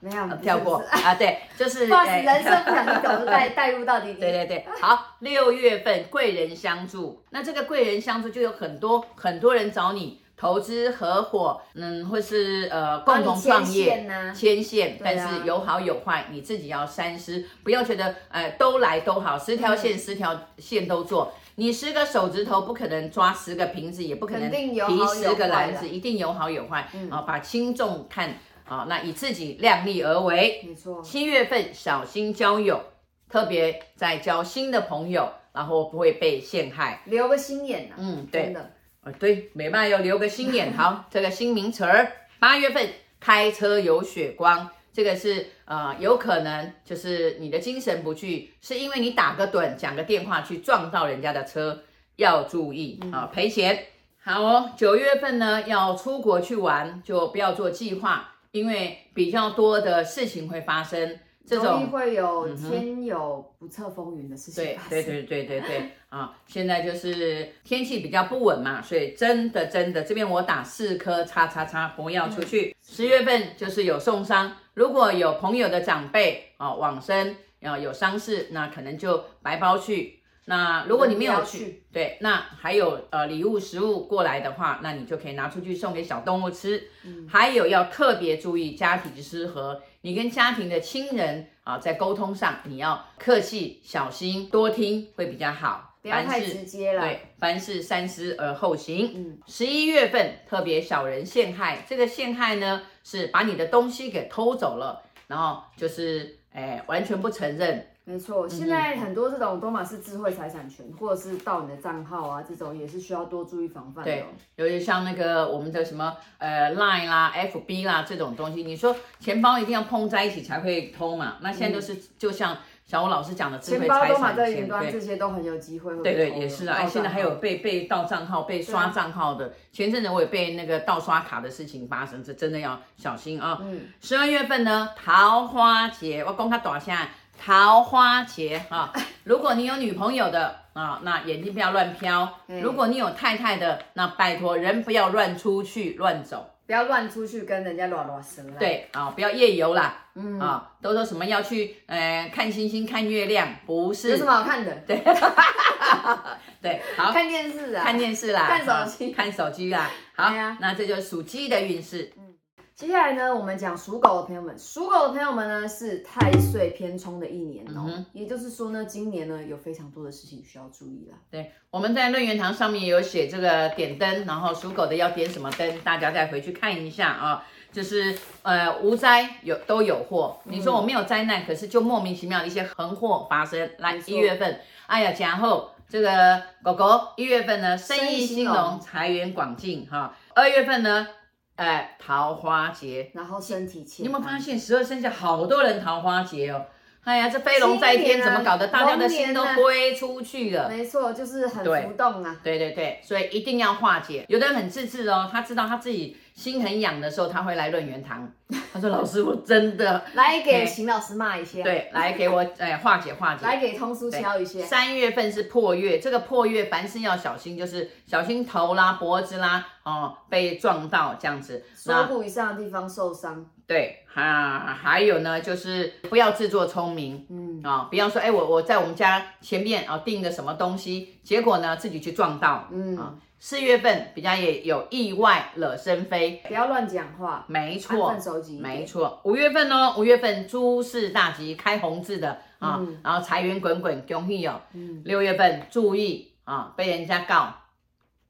[SPEAKER 2] 没有
[SPEAKER 3] 啊跳过
[SPEAKER 2] 不是不是
[SPEAKER 3] 啊，对， 就是
[SPEAKER 2] 不好意思，
[SPEAKER 3] 哎
[SPEAKER 2] 人生不小心搞得 带带入到底底。
[SPEAKER 3] 对对对，好，六月份贵人相助，那这个贵人相助就有很多很多人找你投资合伙，嗯，或是呃
[SPEAKER 2] 帮
[SPEAKER 3] 共
[SPEAKER 2] 你
[SPEAKER 3] 同
[SPEAKER 2] 牵
[SPEAKER 3] 创业
[SPEAKER 2] 线呐
[SPEAKER 3] 牵线，
[SPEAKER 2] 对
[SPEAKER 3] 但
[SPEAKER 2] 啊
[SPEAKER 3] 是有好有坏，你自己要三思，不要觉得呃都来都好，十条
[SPEAKER 2] 嗯
[SPEAKER 3] 线十条线都做，你十个手指头不可能抓十个瓶子，也不可
[SPEAKER 2] 肯
[SPEAKER 3] 能
[SPEAKER 2] 定有
[SPEAKER 3] 提
[SPEAKER 2] 好有
[SPEAKER 3] 十个
[SPEAKER 2] 坏
[SPEAKER 3] 篮
[SPEAKER 2] 的
[SPEAKER 3] 子，一定有好有坏
[SPEAKER 2] 嗯
[SPEAKER 3] 啊，把轻重看啊，那以自己量力而为。
[SPEAKER 2] 没错，
[SPEAKER 3] 七月份小心交友，特别在交新的朋友，然后不会被陷害。
[SPEAKER 2] 留个心眼呐。
[SPEAKER 3] 嗯，
[SPEAKER 2] 真
[SPEAKER 3] 对，
[SPEAKER 2] 的，
[SPEAKER 3] 呃，对，美漫要留个心眼。好，这个新名词儿，八月份开车有血光，这个是呃，有可能就是你的精神不聚，是因为你打个盹、讲个电话去撞到人家的车，要注意啊，赔钱。好哦，九月份呢要出国去玩，就不要做计划，因为比较多的事情会发生。这
[SPEAKER 2] 容易
[SPEAKER 3] 种
[SPEAKER 2] 会有天有不测风云的事情
[SPEAKER 3] 对
[SPEAKER 2] 发生。
[SPEAKER 3] 对对对对对啊！现在就是天气比较不稳嘛，所以真的真的，这边我打四颗叉叉叉，不要
[SPEAKER 2] 嗯
[SPEAKER 3] 出去。十、月份就是有送伤，如果有朋友的长辈啊往生啊有丧事，那可能就白包去。那如果你没
[SPEAKER 2] 不
[SPEAKER 3] 有
[SPEAKER 2] 要
[SPEAKER 3] 去，
[SPEAKER 2] 去
[SPEAKER 3] 对，那还有呃礼物食物过来的话，那你就可以拿出去送给小动物吃。
[SPEAKER 2] 嗯
[SPEAKER 3] 还有要特别注意家庭失和，你跟家庭的亲人啊，在沟通上你要客气、小心、多听会比较好。
[SPEAKER 2] 不要太
[SPEAKER 3] 凡事
[SPEAKER 2] 直接了。
[SPEAKER 3] 对，凡事三思而后行。
[SPEAKER 2] 嗯，
[SPEAKER 3] 十一月份特别小人陷害，这个陷害呢是把你的东西给偷走了，然后就是哎完全不承认，
[SPEAKER 2] 没
[SPEAKER 3] 嗯
[SPEAKER 2] 错，现在很多这种都嘛是智慧财产权，或者是盗你的账号啊，这种也是需要多注意防范的哦。
[SPEAKER 3] 尤其像那个我们的什么呃 Line 啦、FB 啦这种东西，你说钱包一定要碰在一起才会偷嘛？那现在都是、就像小吴老师讲的智慧
[SPEAKER 2] 嗯钱包
[SPEAKER 3] 财
[SPEAKER 2] 都嘛
[SPEAKER 3] 产
[SPEAKER 2] 在
[SPEAKER 3] 权，
[SPEAKER 2] 云端，
[SPEAKER 3] 对
[SPEAKER 2] 这些都很有机会会
[SPEAKER 3] 对对
[SPEAKER 2] 被偷
[SPEAKER 3] 也
[SPEAKER 2] 的
[SPEAKER 3] 是啊。哎，
[SPEAKER 2] 哦盗
[SPEAKER 3] 现在
[SPEAKER 2] 账
[SPEAKER 3] 还
[SPEAKER 2] 号啊
[SPEAKER 3] 有被被盗账号、被刷账号的，前阵子我也被那个盗刷卡的事情发生，这真的要小心啊。
[SPEAKER 2] 嗯，
[SPEAKER 3] 十二月份呢，桃花节，我公开短下，桃花节啊，如果你有女朋友的啊，那眼睛不要乱飘；
[SPEAKER 2] 嗯
[SPEAKER 3] 如果你有太太的，那拜托人不要乱出去乱走，
[SPEAKER 2] 不要乱出去跟人家乱乱舌啦。，
[SPEAKER 3] 对啊，不要夜游啦
[SPEAKER 2] 嗯，
[SPEAKER 3] 啊，都说什么要去呃看星星、看月亮，不
[SPEAKER 2] 有
[SPEAKER 3] 是
[SPEAKER 2] 什么？好看的？
[SPEAKER 3] 对，对，好，
[SPEAKER 2] 看电视啊，
[SPEAKER 3] 看电视啦，
[SPEAKER 2] 看手机
[SPEAKER 3] 啊看手机啦，好
[SPEAKER 2] 对啊，
[SPEAKER 3] 那这就是属鸡的运势，
[SPEAKER 2] 接下来呢，我们讲属狗的朋友们，属狗的朋友们呢是太岁偏冲的一年哦、
[SPEAKER 3] 嗯
[SPEAKER 2] 也就是说呢，今年呢有非常多的事情需要注意啦。
[SPEAKER 3] 对，我们在论元堂上面也有写这个点灯，然后属狗的要点什么灯，大家再回去看一下啊。就是呃无灾有都有祸，你说我没有灾难，可是就莫名其妙的一些横祸发生。来
[SPEAKER 2] 没错
[SPEAKER 3] 一月份，哎呀，然后这个狗狗一月份呢生
[SPEAKER 2] 生
[SPEAKER 3] 意
[SPEAKER 2] 意
[SPEAKER 3] 兴
[SPEAKER 2] 兴
[SPEAKER 3] 隆，
[SPEAKER 2] 隆
[SPEAKER 3] 财源广进哈。二月份呢，呃桃花节，
[SPEAKER 2] 然后身体健
[SPEAKER 3] 你有没
[SPEAKER 2] 康，
[SPEAKER 3] 有发现十二生肖好多人桃花节哦？哎呀，这飞龙在
[SPEAKER 2] 今
[SPEAKER 3] 天
[SPEAKER 2] 年啊
[SPEAKER 3] 怎么搞得大家
[SPEAKER 2] 龙
[SPEAKER 3] 的
[SPEAKER 2] 年
[SPEAKER 3] 心都
[SPEAKER 2] 啊
[SPEAKER 3] 飞出去了？
[SPEAKER 2] 没错，就是很
[SPEAKER 3] 对
[SPEAKER 2] 浮动啊。
[SPEAKER 3] 对对对，所以一定要化解。有的人很自制哦，他知道他自己心很痒的时候，他会来润元堂。他说：“老师，我真的
[SPEAKER 2] 来
[SPEAKER 3] 哎
[SPEAKER 2] 给邢老师骂一下，，
[SPEAKER 3] 对，来给我哎化解化解。
[SPEAKER 2] 来给通叔敲一下，
[SPEAKER 3] 三月份是破月，这个破月凡事要小心，就是小心头啦、脖子啦，哦，被撞到这样子。
[SPEAKER 2] 锁
[SPEAKER 3] 那
[SPEAKER 2] 骨以上的地方受伤，
[SPEAKER 3] 对，啊，还有呢，就是不要自作聪明
[SPEAKER 2] 嗯，
[SPEAKER 3] 啊、比方说，哎，我我在我们家前面啊、订个什么东西，结果呢自己去撞到。
[SPEAKER 2] 嗯
[SPEAKER 3] 啊四月份比较也有意外惹是非，
[SPEAKER 2] 不要乱讲话，
[SPEAKER 3] 没错，
[SPEAKER 2] 安分守己一点，
[SPEAKER 3] 没错，五月份哦，五月份诸事大吉，开红字的啊，
[SPEAKER 2] 嗯
[SPEAKER 3] 然后财源滚滚，恭喜哦。
[SPEAKER 2] 嗯，
[SPEAKER 3] 六月份注意啊，被人家告，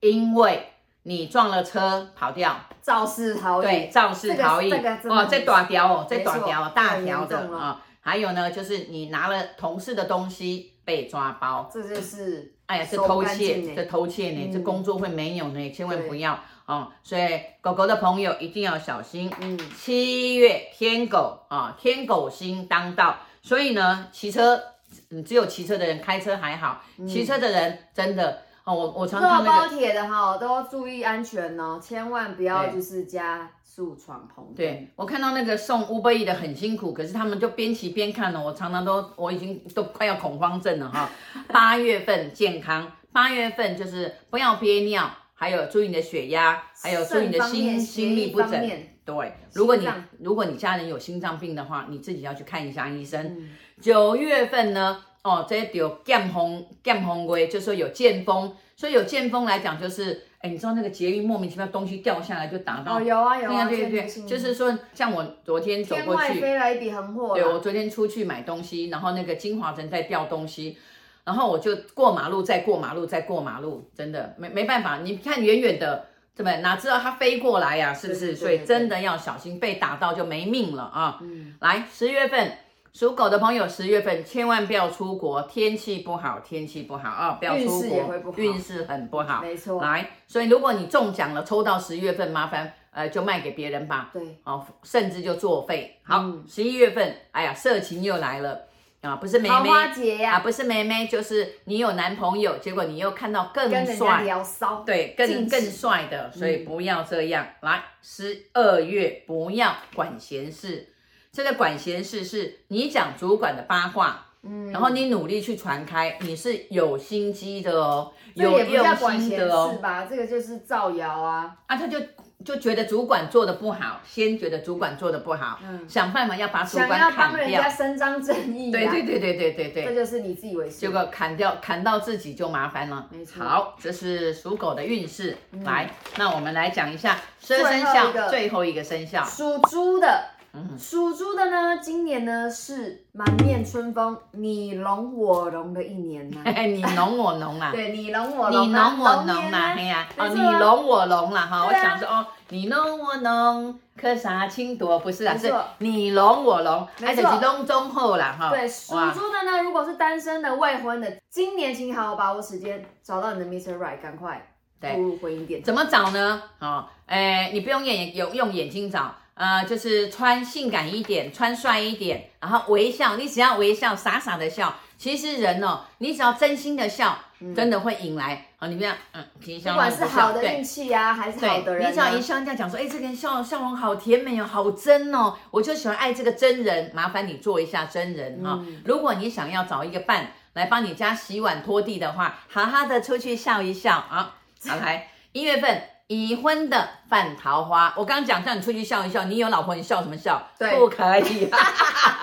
[SPEAKER 3] 因为你撞了车跑掉，
[SPEAKER 2] 肇事逃逸，
[SPEAKER 3] 对，肇事逃
[SPEAKER 2] 哦
[SPEAKER 3] 逸、
[SPEAKER 2] 这个这个真的
[SPEAKER 3] 哦，
[SPEAKER 2] 很
[SPEAKER 3] 这短条哦，这
[SPEAKER 2] 没错
[SPEAKER 3] 短条哦大条
[SPEAKER 2] 太严
[SPEAKER 3] 的
[SPEAKER 2] 重了
[SPEAKER 3] 啊。还有呢，就是你拿了同事的东西被抓包，
[SPEAKER 2] 这就是
[SPEAKER 3] 哎呀，这
[SPEAKER 2] 手
[SPEAKER 3] 偷
[SPEAKER 2] 干净
[SPEAKER 3] 窃，
[SPEAKER 2] 欸
[SPEAKER 3] 这偷窃呢，
[SPEAKER 2] 嗯
[SPEAKER 3] 这工作会没有呢，千万
[SPEAKER 2] 对
[SPEAKER 3] 不要哦。所以狗狗的朋友一定要小心。
[SPEAKER 2] 嗯，
[SPEAKER 3] 七月天狗啊，天狗星当道，所以呢，骑车，嗯，只有骑车的人，开车还好，
[SPEAKER 2] 嗯
[SPEAKER 3] 骑车的人真的哦，我我常
[SPEAKER 2] 坐
[SPEAKER 3] 看
[SPEAKER 2] 高
[SPEAKER 3] 那个，
[SPEAKER 2] 铁的哈都要注意安全哦，千万不要
[SPEAKER 3] 对
[SPEAKER 2] 就是加速闯红灯，
[SPEAKER 3] 对我看到那个送乌龟的很辛苦，可是他们就边骑边看了，哦我常常都我已经都快要恐慌症 了哈。八月份健康，八月份就是不要憋尿，还有注意你的血压，还有注意你
[SPEAKER 2] 肾
[SPEAKER 3] 的
[SPEAKER 2] 方
[SPEAKER 3] 心
[SPEAKER 2] 面
[SPEAKER 3] 心
[SPEAKER 2] 血
[SPEAKER 3] 律
[SPEAKER 2] 液
[SPEAKER 3] 不
[SPEAKER 2] 方
[SPEAKER 3] 整。
[SPEAKER 2] 面
[SPEAKER 3] 对，如果你
[SPEAKER 2] 心脏
[SPEAKER 3] 如果你家人有心脏病的话，你自己要去看一下医生。
[SPEAKER 2] 嗯，
[SPEAKER 3] 九月份呢，哦，这有剑风剑风龟，就说有剑风，所以有剑风来讲，就是，哎，你知道那个捷运莫名其妙东西掉下来就打到，
[SPEAKER 2] 哦，有啊有
[SPEAKER 3] 对
[SPEAKER 2] 啊，
[SPEAKER 3] 对对
[SPEAKER 2] 这个
[SPEAKER 3] 就是说，像我昨天走
[SPEAKER 2] 天
[SPEAKER 3] 过
[SPEAKER 2] 外
[SPEAKER 3] 去，
[SPEAKER 2] 飞啊来一笔横祸啦，
[SPEAKER 3] 对我昨天出去买东西，然后那个金华城在掉东西。然后我就过马路，再过马路，再过马路，真的没没办法。你看远远的，怎么哪知道它飞过来呀、是不
[SPEAKER 2] 对
[SPEAKER 3] 是？
[SPEAKER 2] 对对
[SPEAKER 3] 所以
[SPEAKER 2] 对
[SPEAKER 3] 真的要小心，被打到就没命了啊！
[SPEAKER 2] 嗯，
[SPEAKER 3] 来，十月份属狗的朋友，十月份千万不要出国，天气不好，天气不好啊、不要出
[SPEAKER 2] 运势也会不
[SPEAKER 3] 国
[SPEAKER 2] 好，
[SPEAKER 3] 运势很不好。
[SPEAKER 2] 没错，
[SPEAKER 3] 来，所以如果你中奖了，抽到十月份，麻烦呃就卖给别人吧，
[SPEAKER 2] 对，
[SPEAKER 3] 哦，甚至就作废。好
[SPEAKER 2] 嗯，
[SPEAKER 3] 十一、月份，哎呀，色情又来了啊，不是妹
[SPEAKER 2] 桃
[SPEAKER 3] 妹。
[SPEAKER 2] 花节呀
[SPEAKER 3] 啊，，不是妹妹，就是你有男朋友，结果你又看到更
[SPEAKER 2] 跟人家
[SPEAKER 3] 帅，
[SPEAKER 2] 聊嗯骚，
[SPEAKER 3] 对，更
[SPEAKER 2] 禁止
[SPEAKER 3] 更帅的，所以不要这样。来，十二月不要管闲事。这个管闲事是你讲主管的八卦，
[SPEAKER 2] 嗯，
[SPEAKER 3] 然后你努力去传开，你是有心机的哦，
[SPEAKER 2] 这
[SPEAKER 3] 有
[SPEAKER 2] 也不叫管
[SPEAKER 3] 用心
[SPEAKER 2] 闲
[SPEAKER 3] 的
[SPEAKER 2] 事
[SPEAKER 3] 哦。
[SPEAKER 2] 吧？这个就是造谣啊，
[SPEAKER 3] 啊，他就就觉得主管做的不好，先觉得主管做的不好，
[SPEAKER 2] 嗯，
[SPEAKER 3] 想办法要把主
[SPEAKER 2] 想
[SPEAKER 3] 管
[SPEAKER 2] 要
[SPEAKER 3] 砍
[SPEAKER 2] 帮人
[SPEAKER 3] 掉
[SPEAKER 2] 家。伸张正义、啊，
[SPEAKER 3] 对对对对对对对
[SPEAKER 2] 这。就是你自以为是。
[SPEAKER 3] 结果砍掉砍到自己就麻烦了。
[SPEAKER 2] 没错
[SPEAKER 3] 好，这是属狗的运势。
[SPEAKER 2] 嗯
[SPEAKER 3] 来，那我们来讲一下十二
[SPEAKER 2] 最
[SPEAKER 3] 生
[SPEAKER 2] 后
[SPEAKER 3] 肖
[SPEAKER 2] 一个
[SPEAKER 3] 最后一个生 肖。
[SPEAKER 2] 属猪的，
[SPEAKER 3] 啊嗯，
[SPEAKER 2] 属猪的呢，今年呢是满面春风，你龙我龙的一年 呐、
[SPEAKER 3] 嘿嘿你侬我侬啦，
[SPEAKER 2] 对你龙我
[SPEAKER 3] 啊你
[SPEAKER 2] 龙啊，
[SPEAKER 3] 侬我侬啦，
[SPEAKER 2] 龙
[SPEAKER 3] 嘿
[SPEAKER 2] 年啊
[SPEAKER 3] 呀，
[SPEAKER 2] 没
[SPEAKER 3] 哦，
[SPEAKER 2] 错
[SPEAKER 3] 你
[SPEAKER 2] 啊
[SPEAKER 3] 侬我侬啦哈。我
[SPEAKER 2] 对啊
[SPEAKER 3] 想说哦，你侬我侬，可啥青多不是啊？
[SPEAKER 2] 没
[SPEAKER 3] 是
[SPEAKER 2] 错
[SPEAKER 3] 你侬我侬，
[SPEAKER 2] 没
[SPEAKER 3] 哎，就
[SPEAKER 2] 错
[SPEAKER 3] 是拢中后啦哈。
[SPEAKER 2] 对，属
[SPEAKER 3] 哇
[SPEAKER 2] 猪的呢，如果是单身的、未婚的，今年请好好把握时间，找到你的 Mr. Right，赶快
[SPEAKER 3] 对
[SPEAKER 2] 步入婚姻殿。
[SPEAKER 3] 怎么找呢？哦，哎，你不用眼有用眼睛找，呃，就是穿性感一点，穿帅一点，然后微笑，你只要微笑，傻傻的笑。其实人哦，你只要真心的笑，真的会引来啊、哦，你不要嗯，其
[SPEAKER 2] 嗯
[SPEAKER 3] 实
[SPEAKER 2] 不管是好的运
[SPEAKER 3] 对。
[SPEAKER 2] 气啊，还是好
[SPEAKER 3] 对
[SPEAKER 2] 的，人、啊，
[SPEAKER 3] 你只要一笑，人家讲说，哎，这个人笑笑容好甜美哦，好真哦，我就喜欢爱这个真人。麻烦你做一下真人哦哈、
[SPEAKER 2] 嗯
[SPEAKER 3] 如果你想要找一个伴来帮你家洗碗拖地的话，好好的出去笑一笑啊。好 来，一月份已婚的犯桃花，我刚刚讲叫你出去笑一笑，你有老婆你笑什么笑？
[SPEAKER 2] 对
[SPEAKER 3] 不可以。啊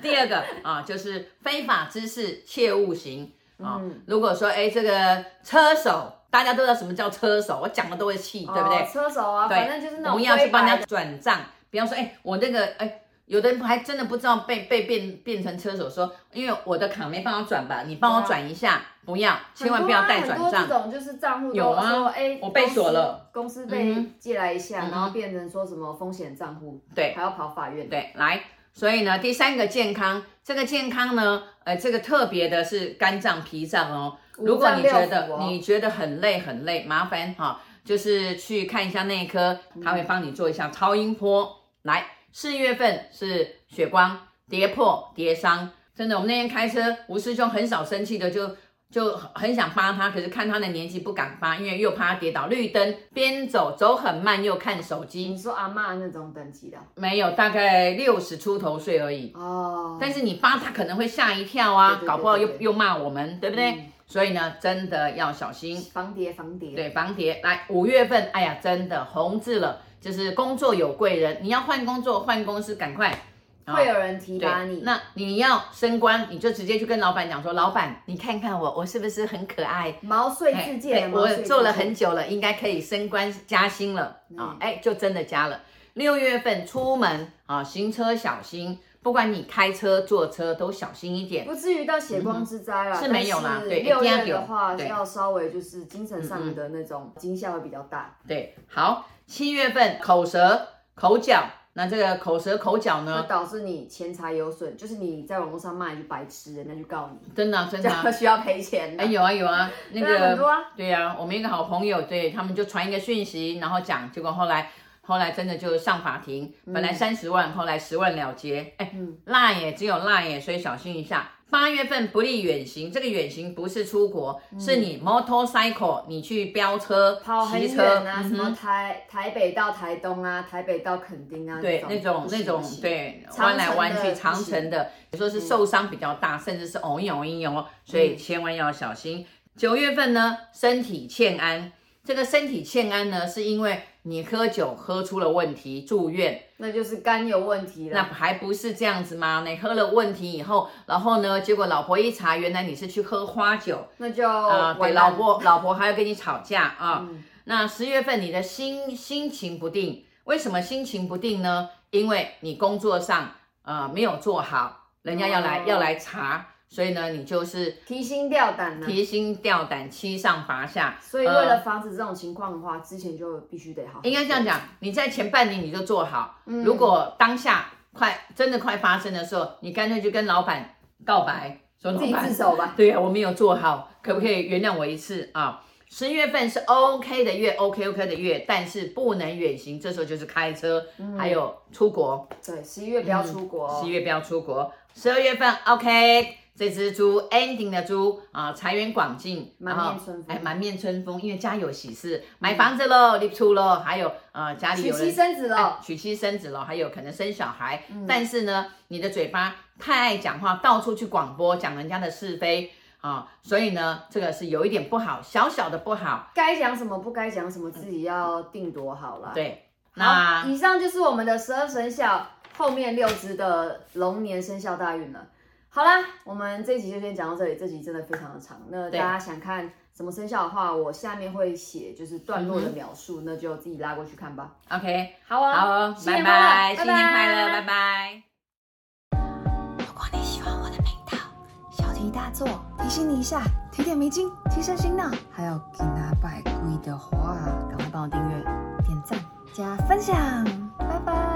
[SPEAKER 3] 第二个啊，就是非法之事切勿行啊。
[SPEAKER 2] 嗯
[SPEAKER 3] 如果说哎，这个车手，大家都知道什么叫车手，我讲了都会气，对不对？
[SPEAKER 2] 哦车手啊，
[SPEAKER 3] 对
[SPEAKER 2] 反正就是那
[SPEAKER 3] 不
[SPEAKER 2] 种
[SPEAKER 3] 要去
[SPEAKER 2] 灰
[SPEAKER 3] 帮人
[SPEAKER 2] 白
[SPEAKER 3] 家
[SPEAKER 2] 的，
[SPEAKER 3] 转账。比方说，哎、我那个，哎、有的人还真的不知道被被变变成车手说，因为我的卡没办法转吧，你帮我
[SPEAKER 2] 对啊
[SPEAKER 3] 转一下，不要，千万不要带
[SPEAKER 2] 很
[SPEAKER 3] 转
[SPEAKER 2] 多啊
[SPEAKER 3] 账
[SPEAKER 2] 很。多这种就是账户都
[SPEAKER 3] 有啊
[SPEAKER 2] 说，哎，
[SPEAKER 3] 我被锁了
[SPEAKER 2] 公司，公司
[SPEAKER 3] 嗯
[SPEAKER 2] 被借来一下，
[SPEAKER 3] 嗯
[SPEAKER 2] 然后变成说什么风险账户，
[SPEAKER 3] 对
[SPEAKER 2] 还要跑法院。
[SPEAKER 3] 对，来，所以呢，第三个健康，这个健康呢，呃，这个特别的是肝脏、脾脏哦。
[SPEAKER 2] 五
[SPEAKER 3] 如果
[SPEAKER 2] 脏
[SPEAKER 3] 你
[SPEAKER 2] 六
[SPEAKER 3] 觉得、
[SPEAKER 2] 腑哦
[SPEAKER 3] 你觉得很累很累，麻烦哈、就是去看一下内科，
[SPEAKER 2] 嗯
[SPEAKER 3] 他会帮你做一下超音波。来，四月份是血光、跌破、跌伤，真的，我们那天开车，吴师兄很少生气的就。就很想扒他，可是看他的年纪不敢扒，因为又怕他跌倒。绿灯边走走很慢，又看手机
[SPEAKER 2] 你，说阿嬷那种等级的
[SPEAKER 3] 没有，大概六十出头岁而已。
[SPEAKER 2] 哦，
[SPEAKER 3] 但是你扒他可能会吓一跳
[SPEAKER 2] 对
[SPEAKER 3] 啊，
[SPEAKER 2] 对对
[SPEAKER 3] 搞不好又
[SPEAKER 2] 对对
[SPEAKER 3] 又骂我们，对不对？
[SPEAKER 2] 嗯
[SPEAKER 3] 所以呢，真的要小心。
[SPEAKER 2] 防嗯跌防跌，
[SPEAKER 3] 对，房蝶来五月份，哎呀，真的红字了，就是工作有贵人，你要换工作换公司，赶快。啊
[SPEAKER 2] 会有人提拔
[SPEAKER 3] 对，
[SPEAKER 2] 你，
[SPEAKER 3] 那你要升官，你就直接去跟老板讲说，老板，你看看我，我是不是很可爱？
[SPEAKER 2] 毛遂自
[SPEAKER 3] 哎
[SPEAKER 2] 荐，毛
[SPEAKER 3] 我
[SPEAKER 2] 遂自
[SPEAKER 3] 做了
[SPEAKER 2] 荐
[SPEAKER 3] 很久了，应该可以升官加薪了啊！
[SPEAKER 2] 嗯
[SPEAKER 3] 哎、就真的加了。六月份出门啊，行车小心，不管你开车、坐车都小心一点。
[SPEAKER 2] 不至于到血光之灾啦，
[SPEAKER 3] 嗯是没有啦
[SPEAKER 2] 但是
[SPEAKER 3] 对
[SPEAKER 2] 六
[SPEAKER 3] 一定要
[SPEAKER 2] 月
[SPEAKER 3] 有
[SPEAKER 2] 的话
[SPEAKER 3] 对嗯
[SPEAKER 2] 要稍微就是精神上的那种惊吓会比较大，
[SPEAKER 3] 对，好，七月份口舌、口角，那这个口舌、口角
[SPEAKER 2] 会
[SPEAKER 3] 呢，
[SPEAKER 2] 导致你钱财有损，就是你在网络上骂一句白痴，人家就告你，
[SPEAKER 3] 真的啊、真
[SPEAKER 2] 这
[SPEAKER 3] 的啊、
[SPEAKER 2] 样需要赔钱的
[SPEAKER 3] 哎，。有啊有啊，那
[SPEAKER 2] 对啊很多
[SPEAKER 3] 个
[SPEAKER 2] 啊
[SPEAKER 3] 对呀、我们一个好朋友，对他们就传一个讯息，然后讲，结果后来后来真的就上法庭，本来三十万，后来十万了结，哎，
[SPEAKER 2] 嗯
[SPEAKER 3] 辣也只有辣也，所以小心一下。八月份不利远行，这个远行不是出国，是你 motorcycle，你去飙车、
[SPEAKER 2] 嗯跑很远
[SPEAKER 3] 骑车，
[SPEAKER 2] 啊，什
[SPEAKER 3] 嗯
[SPEAKER 2] 么
[SPEAKER 3] 哼，
[SPEAKER 2] 台台北到台东啊，台北到垦丁啊，
[SPEAKER 3] 对，那种
[SPEAKER 2] 不行
[SPEAKER 3] 那种
[SPEAKER 2] 不行
[SPEAKER 3] 对，
[SPEAKER 2] 长
[SPEAKER 3] 弯来
[SPEAKER 2] 程
[SPEAKER 3] 弯
[SPEAKER 2] 的
[SPEAKER 3] 去，
[SPEAKER 2] 不
[SPEAKER 3] 长
[SPEAKER 2] 行嗯
[SPEAKER 3] 城的，你说是受伤比较大，甚至是哦呦哦呦哦，所以千万要小心。九月份呢，身体欠安，这个身体欠安呢，是因为你喝酒喝出了问题住院，
[SPEAKER 2] 那就是肝有问题
[SPEAKER 3] 那
[SPEAKER 2] 了。
[SPEAKER 3] 还不是这样子吗？你喝了问题以后，然后呢，结果老婆一查，原来你是去喝花酒
[SPEAKER 2] 那就
[SPEAKER 3] 啊、
[SPEAKER 2] 哦
[SPEAKER 3] 对，
[SPEAKER 2] 完
[SPEAKER 3] 老
[SPEAKER 2] 蛋
[SPEAKER 3] 婆老婆还要跟你吵架啊。
[SPEAKER 2] 嗯
[SPEAKER 3] 那十月份你的心心情不定，为什么心情不定呢？因为你工作上呃没有做好，人家要来、
[SPEAKER 2] 哦
[SPEAKER 3] 要来查，所以呢，你就是
[SPEAKER 2] 提心吊胆呢。
[SPEAKER 3] 提心吊胆、七上八下。
[SPEAKER 2] 所以为
[SPEAKER 3] 呃
[SPEAKER 2] 了防止这种情况的话，之前就必须得好好做。
[SPEAKER 3] 应该这样讲，你在前半年你就做好，
[SPEAKER 2] 嗯
[SPEAKER 3] 如果当下快真的快发生的时候，你干脆就跟老板告白，说老
[SPEAKER 2] 嗯自己
[SPEAKER 3] 板
[SPEAKER 2] 自首吧。
[SPEAKER 3] 对呀、我没有做好，可不可以原谅我一次啊？十月份是 OK 的月，OK OK 的月，但是不能远行，这时候就是开车，
[SPEAKER 2] 嗯
[SPEAKER 3] 还有出国。
[SPEAKER 2] 对，十一月不要出国、哦
[SPEAKER 3] 嗯十一月不要出国，十二月份 OK。这只猪 ending 的猪啊，财源广进，
[SPEAKER 2] 满
[SPEAKER 3] 然后
[SPEAKER 2] 面春风嗯
[SPEAKER 3] 哎，满面春风，因为家有喜事，买房子喽，立出喽，还有呃，家里
[SPEAKER 2] 娶
[SPEAKER 3] 有
[SPEAKER 2] 妻
[SPEAKER 3] 人
[SPEAKER 2] 生子
[SPEAKER 3] 哎
[SPEAKER 2] 了，
[SPEAKER 3] 娶妻生子了，还有可能生小孩。
[SPEAKER 2] 嗯
[SPEAKER 3] 但是呢，你的嘴巴太爱讲话，到处去广播讲人家的是非啊、所以呢，这个是有一点不好，小小的不好。
[SPEAKER 2] 该讲什么不该讲什么，自己要定夺好了。，
[SPEAKER 3] 对，
[SPEAKER 2] 好，
[SPEAKER 3] 那
[SPEAKER 2] 以上就是我们的十二生肖后面六只的龙年生肖大运了。好啦，我们这一集就先讲到这里，这集真的非常的长。那
[SPEAKER 3] 对
[SPEAKER 2] 大家想看什么生肖的话，我下面会写就是段落的描述，那就自己拉过去看吧。
[SPEAKER 3] OK，
[SPEAKER 2] 嗯好啊，
[SPEAKER 3] 好哦，
[SPEAKER 2] 新
[SPEAKER 3] 拜
[SPEAKER 2] 年快乐
[SPEAKER 3] 拜，新年快乐，拜拜。
[SPEAKER 4] 如果你喜欢我的频道，小题大做，提醒你一下，提点迷津，提升心脑。还有给拿百贵的话，赶快帮我订阅、点赞、加分享，拜拜。